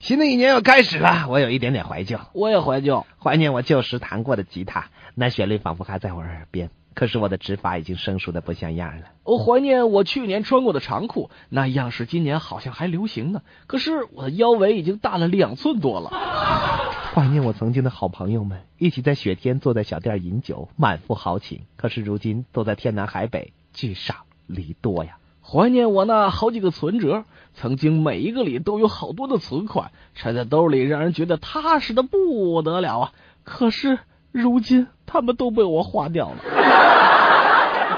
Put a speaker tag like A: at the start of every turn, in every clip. A: 新的一年又开始了，我有一点点怀旧，
B: 我也怀旧。
A: 怀念我旧时弹过的吉他，那旋律仿佛还在我耳边，可是我的指法已经生疏的不像样了。
B: 我怀念我去年穿过的长裤，那样式今年好像还流行呢。可是我的腰围已经大了两寸多了。
A: 怀念我曾经的好朋友们，一起在雪天坐在小店饮酒，满腹豪情。可是如今都在天南海北，聚少离多呀。
B: 怀念我那好几个存折，曾经每一个里都有好多的存款，揣在兜里让人觉得踏实的不得了啊。可是如今他们都被我花掉了。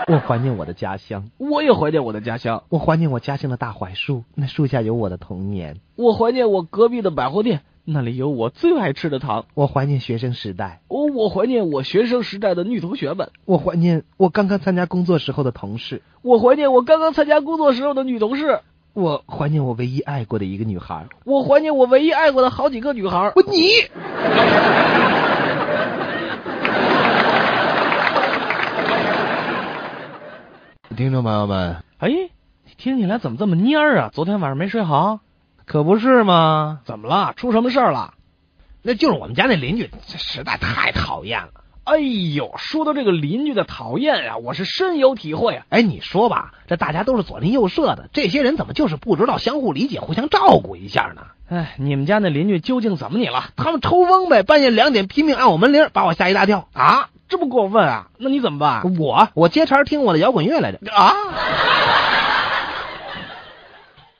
A: 我怀念我的家乡，
B: 我也怀念我的家乡，
A: 我怀念我家乡的大槐树，那树下有我的童年。
B: 我怀念我隔壁的百货店，那里有我最爱吃的糖。
A: 我怀念学生时代，
B: 我我怀念我学生时代的女同学们，
A: 我怀念我刚刚参加工作时候的同事，
B: 我怀念我刚刚参加工作时候的女同事，
A: 我怀念我唯一爱过的一个女孩。
B: 我怀念我唯一爱过的好几个女孩儿。
A: 我你，听众朋友们，
B: 哎，你听起来怎么这么蔫儿啊？昨天晚上没睡好？
A: 可不是吗？
B: 怎么了？出什么事儿了？
A: 那就是我们家那邻居，这实在太讨厌了。
B: 哎呦，说到这个邻居的讨厌啊，我是深有体会啊。
A: 哎，你说吧，这大家都是左邻右舍的，这些人怎么就是不知道相互理解、互相照顾一下呢？
B: 哎，你们家那邻居究竟怎么你了？
A: 他们抽风呗，半夜两点拼命按我门铃，把我吓一大跳。
B: 啊，这么过分啊？那你怎么办？
A: 我我接茬听我的摇滚乐来着。
B: 啊！